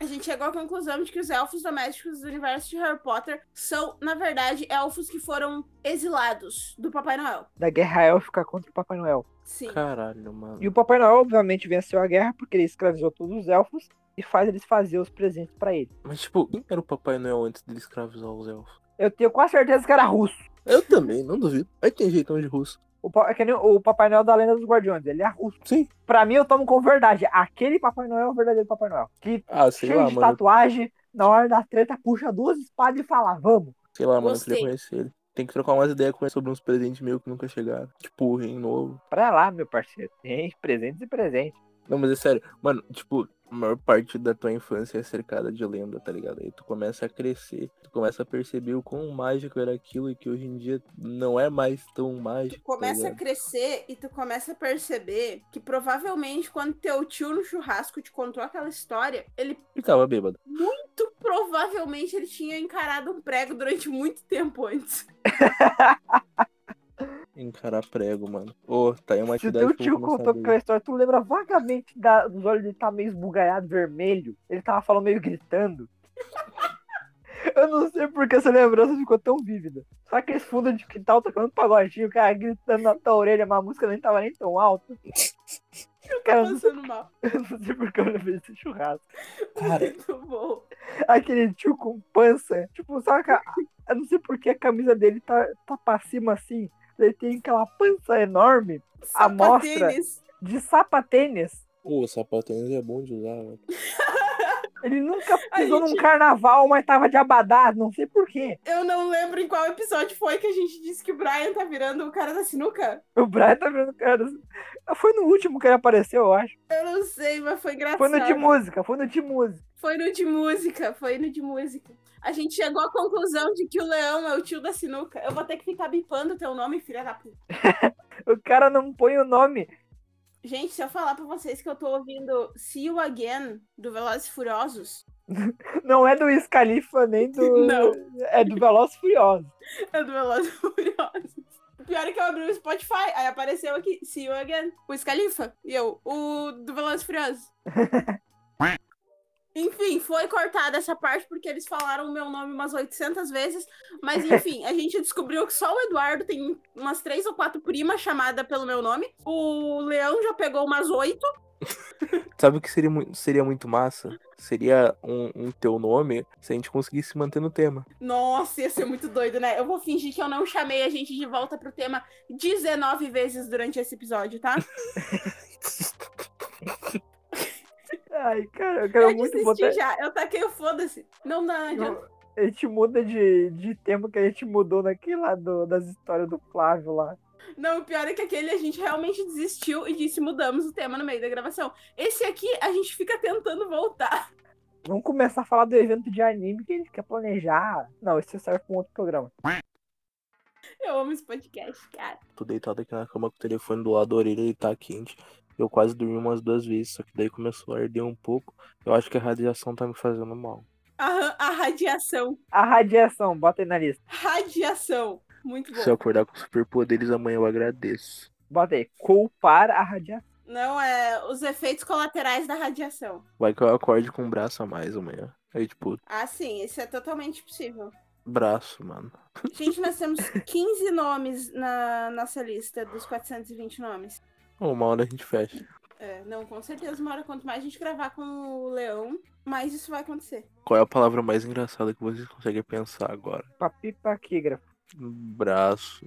A gente chegou à conclusão de que os elfos domésticos do universo de Harry Potter são, na verdade, elfos que foram exilados do Papai Noel.
Da guerra élfica contra o Papai Noel.
Sim.
Caralho, mano.
E o Papai Noel, obviamente, venceu a guerra porque ele escravizou todos os elfos e faz eles fazer os presentes pra ele.
Mas, tipo, quem era o Papai Noel antes dele escravizar os elfos?
Eu tenho quase certeza que era russo.
[LAUGHS] Eu também, não duvido. Aí tem jeitão de russo.
O, pa- é que nem o Papai Noel da Lenda dos Guardiões, ele é russo.
Sim.
Pra mim, eu tomo como verdade. Aquele Papai Noel é o verdadeiro Papai Noel. Que
Ah, sei
cheio
lá,
de
mano.
tatuagem, na hora da treta, puxa duas espadas e fala, vamos.
Sei lá, mano, eu
Gostei.
queria conhecer ele. Tem que trocar umas ideias com ele sobre uns presentes meus que nunca chegaram. Tipo, o rim novo.
Pra lá, meu parceiro. Tem presentes e presentes.
Não, mas é sério, mano, tipo, a maior parte da tua infância é cercada de lenda, tá ligado? Aí tu começa a crescer, tu começa a perceber o quão mágico era aquilo e que hoje em dia não é mais tão mágico.
Tu
tá
começa a
ligado?
crescer e tu começa a perceber que provavelmente quando teu tio no churrasco te contou aquela história, ele
E tava bêbado.
muito provavelmente ele tinha encarado um prego durante muito
[LAUGHS]
tempo antes.
Encarar prego, mano. Ô, tá aí uma
Se o
atividade
teu
que eu
tio
vou começar
contou
a
aquela história, tu lembra vagamente da- dos olhos dele tá meio esbugalhado, vermelho. Ele tava falando meio gritando. [LAUGHS] Eu não sei porque essa lembrança ficou tão vívida. Só aqueles fundos de quintal tocando pagodinho, o cara gritando na tua orelha, mas a música nem tava nem tão alta. Cara, eu não sei,
Passando mal.
eu não sei porque eu lembrei desse churrasco.
Cara,
Muito bom.
Aquele tio com pança. Tipo, saca? Eu não sei porque a camisa dele tá, tá pra cima assim. Ele tem aquela pança enorme
Sapatênis.
de sapatênis.
o sapatênis é bom de usar, velho.
Ele nunca
A
pisou num
gente-
carnaval, mas tava de abadá, não sei porquê.
Eu não lembro em qual episódio foi que a gente disse que o Brian tá virando o cara da sinuca.
O Brian tá vendo cara. Foi no último que ele apareceu, eu acho.
Eu não sei, mas foi engraçado.
Foi no de música, foi no de música.
Foi no de música, foi no de música. A gente chegou à conclusão de que o Leão é o tio da sinuca. Eu vou ter que ficar bipando o teu nome, filha da puta.
O cara não põe o nome.
Gente, se eu falar pra vocês que eu tô ouvindo See You Again, do Velozes e Furiosos,
Não é do Scalifa nem do.
[LAUGHS] Não.
É do Veloz Furioso.
é do [LAUGHS] Velozes e Furiosos. O pior é que eu abri o Spotify, aí apareceu aqui, See You Again, o Scalifa, e eu, o do Velozes e Furiosos. Enfim, foi cortada essa parte porque eles falaram o meu nome umas 800 vezes, mas enfim, a gente descobriu que só o Eduardo tem umas três ou quatro primas chamadas pelo meu nome, o Leão já pegou umas oito,
Sabe o que seria, mui- seria muito massa? Seria um, um teu nome se a gente conseguisse manter no
[LAUGHS]
tema.
Nossa, ia ser muito doido, né? Eu vou fingir que eu não chamei a gente de volta pro tema 19 vezes durante esse episódio, tá?
Ai, cara, eu quero
Eu
muito
desisti
botar.
já, eu taquei o foda-se. Não, não, adianta.
Eu- A gente muda de, de tema que a gente mudou naquele lá do- das histórias do Flávio lá.
Não, o pior é que aquele a gente realmente desistiu e disse mudamos o tema no meio da gravação. Esse aqui a gente fica tentando voltar. [LAUGHS]
Vamos começar a falar do evento de anime que a gente quer planejar. Não, isso serve pra um outro programa.
Eu amo esse podcast, cara.
Tô deitado aqui na cama com o telefone do lado da orelha e tá quente. Eu quase dormi umas duas vezes, só que daí começou a arder um pouco. Eu acho que a radiação tá me fazendo mal.
A, a radiação.
A radiação, bota aí na lista.
Radiação. Muito
Se
bom.
eu acordar com superpoderes amanhã, eu agradeço.
Bota aí, culpar a radiação.
Não, é os efeitos colaterais da radiação.
Vai que eu acorde com um braço a mais amanhã. Aí, tipo,
Ah, sim, isso é totalmente possível.
braço, mano.
Gente,
[LAUGHS]
nós temos 15 nomes na nossa lista dos 420 nomes.
Uma hora a gente fecha.
É, não, com certeza, uma hora quanto mais a gente gravar com o Leão, mais isso vai acontecer.
Qual é a palavra mais engraçada que vocês conseguem pensar agora?
Papipaquígrafo.
Braço,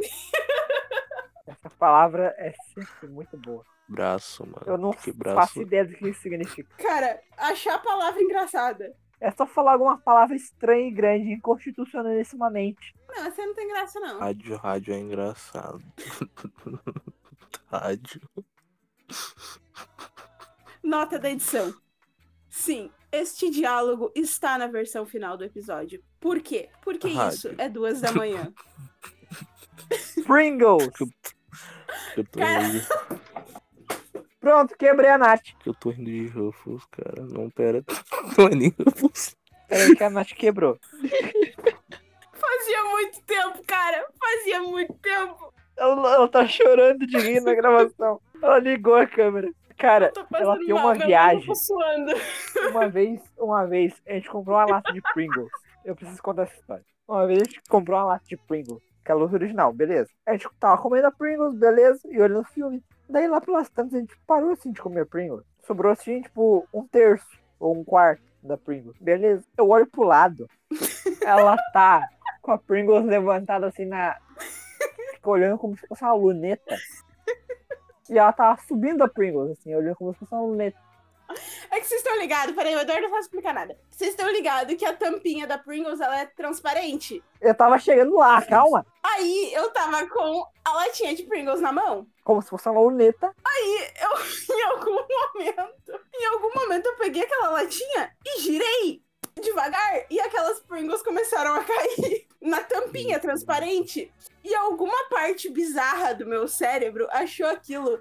Essa palavra é sempre muito boa.
braço, mano.
Eu não
que
faço
braço.
ideia do que isso significa.
Cara, achar a palavra engraçada.
É só falar alguma palavra estranha e grande, inconstitucionalissimamente.
Não, essa não tem graça,
Ah.
não.
Rádio, rádio é engraçado. [LAUGHS] rádio.
Nota da edição. Sim, este diálogo está na versão final do episódio. Por quê? Porque
Rádio.
isso é duas da
[LAUGHS]
manhã.
Pringles!
Que eu tô rindo, de-
Pronto, quebrei a Nath.
que eu tô rindo de Ruffles, cara. Não, pera. [LAUGHS] Não é nem Ruffles.
Peraí que a Nath quebrou.
Fazia muito tempo, cara. Fazia muito tempo.
Ela, ela tá chorando de rir na gravação. Ela ligou a câmera. Cara,
Tô passando
ela tem
mal,
uma
meu
viagem.
corpo suando.
Uma vez, uma vez, a gente comprou uma lata de Pringles. Eu preciso contar essa história. Uma vez a gente comprou uma lata de Pringles, que é a luz original, beleza. A gente tava comendo a Pringles, beleza, e olhando o filme. Daí lá pelas tantas a gente parou assim de comer Pringles. Sobrou assim, tipo, um terço ou um quarto da Pringles, beleza. Eu olho pro lado, ela tá com a Pringles levantada assim na. Fica olhando como se fosse uma luneta. E ela tava subindo a Pringles, assim, olhando como se fosse uma luneta.
É que vocês estão ligados, peraí, o Eduardo não vai explicar nada. Vocês estão ligados que a tampinha da Pringles ela é transparente.
Eu tava chegando lá, calma.
Aí eu tava com a latinha de Pringles na mão.
Como se fosse uma luneta.
Aí eu, [LAUGHS] em algum momento, em algum momento eu peguei aquela latinha e girei devagar. E aquelas Pringles começaram a cair [LAUGHS] na tampinha transparente. E alguma parte bizarra do meu cérebro achou aquilo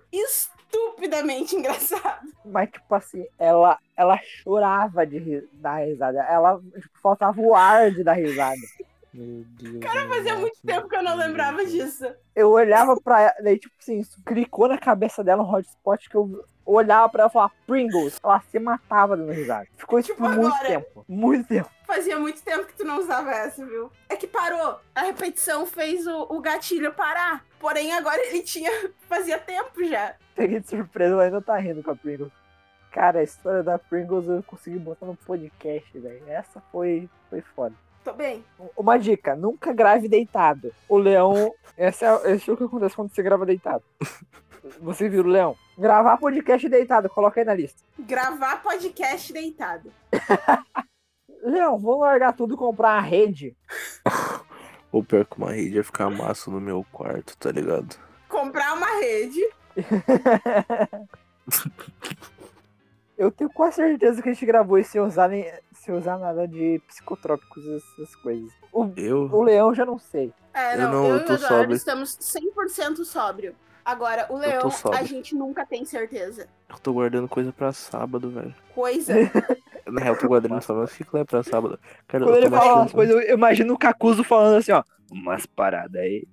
estupidamente engraçado.
Mas, tipo assim, ela, ela chorava de ri- dar risada. Ela tipo, faltava o ar de dar risada.
Meu Deus.
Cara, fazia muito tempo que eu não lembrava disso.
Eu olhava pra ela, daí, tipo assim, isso clicou na cabeça dela um hotspot que eu olhava pra ela e falava Pringles. Ela se matava dando risada. Ficou, tipo,
Tipo,
muito
agora.
tempo. Muito tempo. [LAUGHS]
Fazia muito tempo que tu não usava essa, viu? É que parou. A repetição fez o, o gatilho parar. Porém, agora ele tinha. [LAUGHS] Fazia tempo já.
Peguei de surpresa, ela ainda tá rindo com a Pringles. Cara, a história da Pringles eu consegui botar no podcast, velho. Essa foi, foi foda.
Tô bem.
Uma dica, nunca grave deitado. O leão. Essa é, esse é o que acontece quando você grava deitado. Você viu o leão? Gravar podcast deitado, coloca aí na lista.
Gravar podcast deitado.
Leão, vou largar tudo e comprar uma
[LAUGHS]
rede.
Ou pior que uma rede ia ficar massa no meu quarto, tá ligado?
Comprar uma rede.
Eu tenho quase certeza que a gente gravou isso sem usar, nem, sem usar nada de psicotrópicos, essas coisas. O,
Eu?
o leão já não sei.
É,
Eu
não, eu,
não, eu
e o
tô
Eduardo
sóbrio.
estamos 100% sóbrio. Agora, o Leão, a
sóbrio.
gente nunca tem certeza.
Eu tô guardando coisa pra sábado, velho.
[LAUGHS]
Coisa.
Na real, eu tô guardando só meus chiclete pra sábado. Cara,
Quando
eu
ele
tô
fala
achando
umas coisas, eu imagino o Cacuzo falando assim, ó. Umas paradas aí.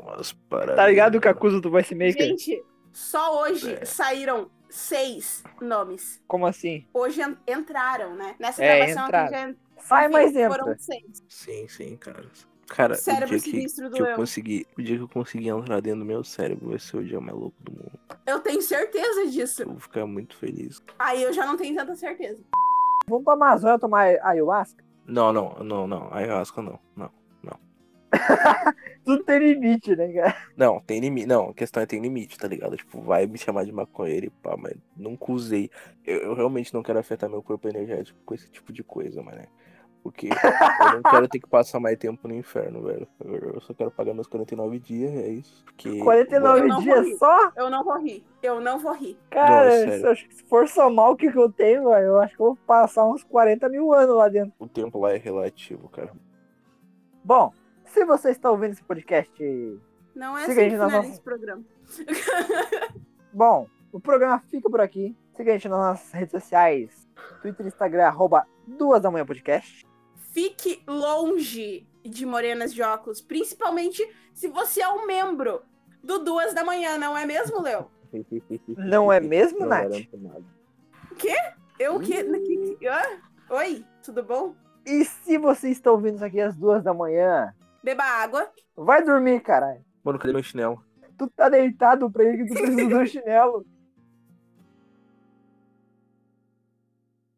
umas paradas.
Tá ligado o Cacuzo do Voice Maker?
gente, só hoje
É.
saíram seis nomes.
Como assim?
Hoje en- entraram, né? Nessa
É,
gravação
entraram.
aqui já en-
Sai mais
Foram
entra.
seis.
Sim, sim, cara. Cara, o
Cérebro
dia que,
sinistro do
que eu
Leão.
consegui, o dia que eu conseguir entrar dentro do meu cérebro vai ser o dia mais louco do mundo.
Eu tenho certeza disso.
Eu vou ficar muito feliz.
Aí eu já não tenho tanta certeza.
Vamos pra Amazônia tomar ayahuasca?
Não, não, não, não. Ayahuasca não. Não.
Tudo tem limite, né, cara?
Não, tem limite. Não, a questão é tem limite, tá ligado? Tipo, vai me chamar de maconheiro e pá, mas nunca usei. Eu, eu realmente não quero afetar meu corpo energético com esse tipo de coisa, mano. Porque eu não quero ter que passar mais tempo no inferno, velho. Eu eu só quero pagar meus 49 dias, é isso.
[LAUGHS]
Porque,
49
Eu não vou rir.
dias só?
Eu não vou rir. Eu não vou rir.
Cara,
Não, é sério.
se eu- se for somar o que que eu tenho, velho, eu acho que eu vou passar uns 40 mil anos lá dentro.
o tempo lá é relativo, cara.
Bom, se você está ouvindo esse podcast,
Não é
Siga
assim
aí,
que
nós
finaliza
vamos-
esse programa.
bom, o programa fica por aqui. Siga a gente nas nossas redes sociais, Twitter, Instagram, arroba duas da manhã podcast.
Fique longe de morenas de óculos, principalmente se você é um membro do Duas da Manhã, não é mesmo, Léo?
[LAUGHS]
Não é mesmo,
Não
Nath?
garanto nada.
Eu que. que- que- hã? Oi, tudo bom?
E se você está ouvindo isso aqui às duas da manhã,
Beba água.
vai dormir, caralho.
Mano, cadê meu chinelo? [LAUGHS]
Tu tá deitado pra ele que tu precisa do chinelo.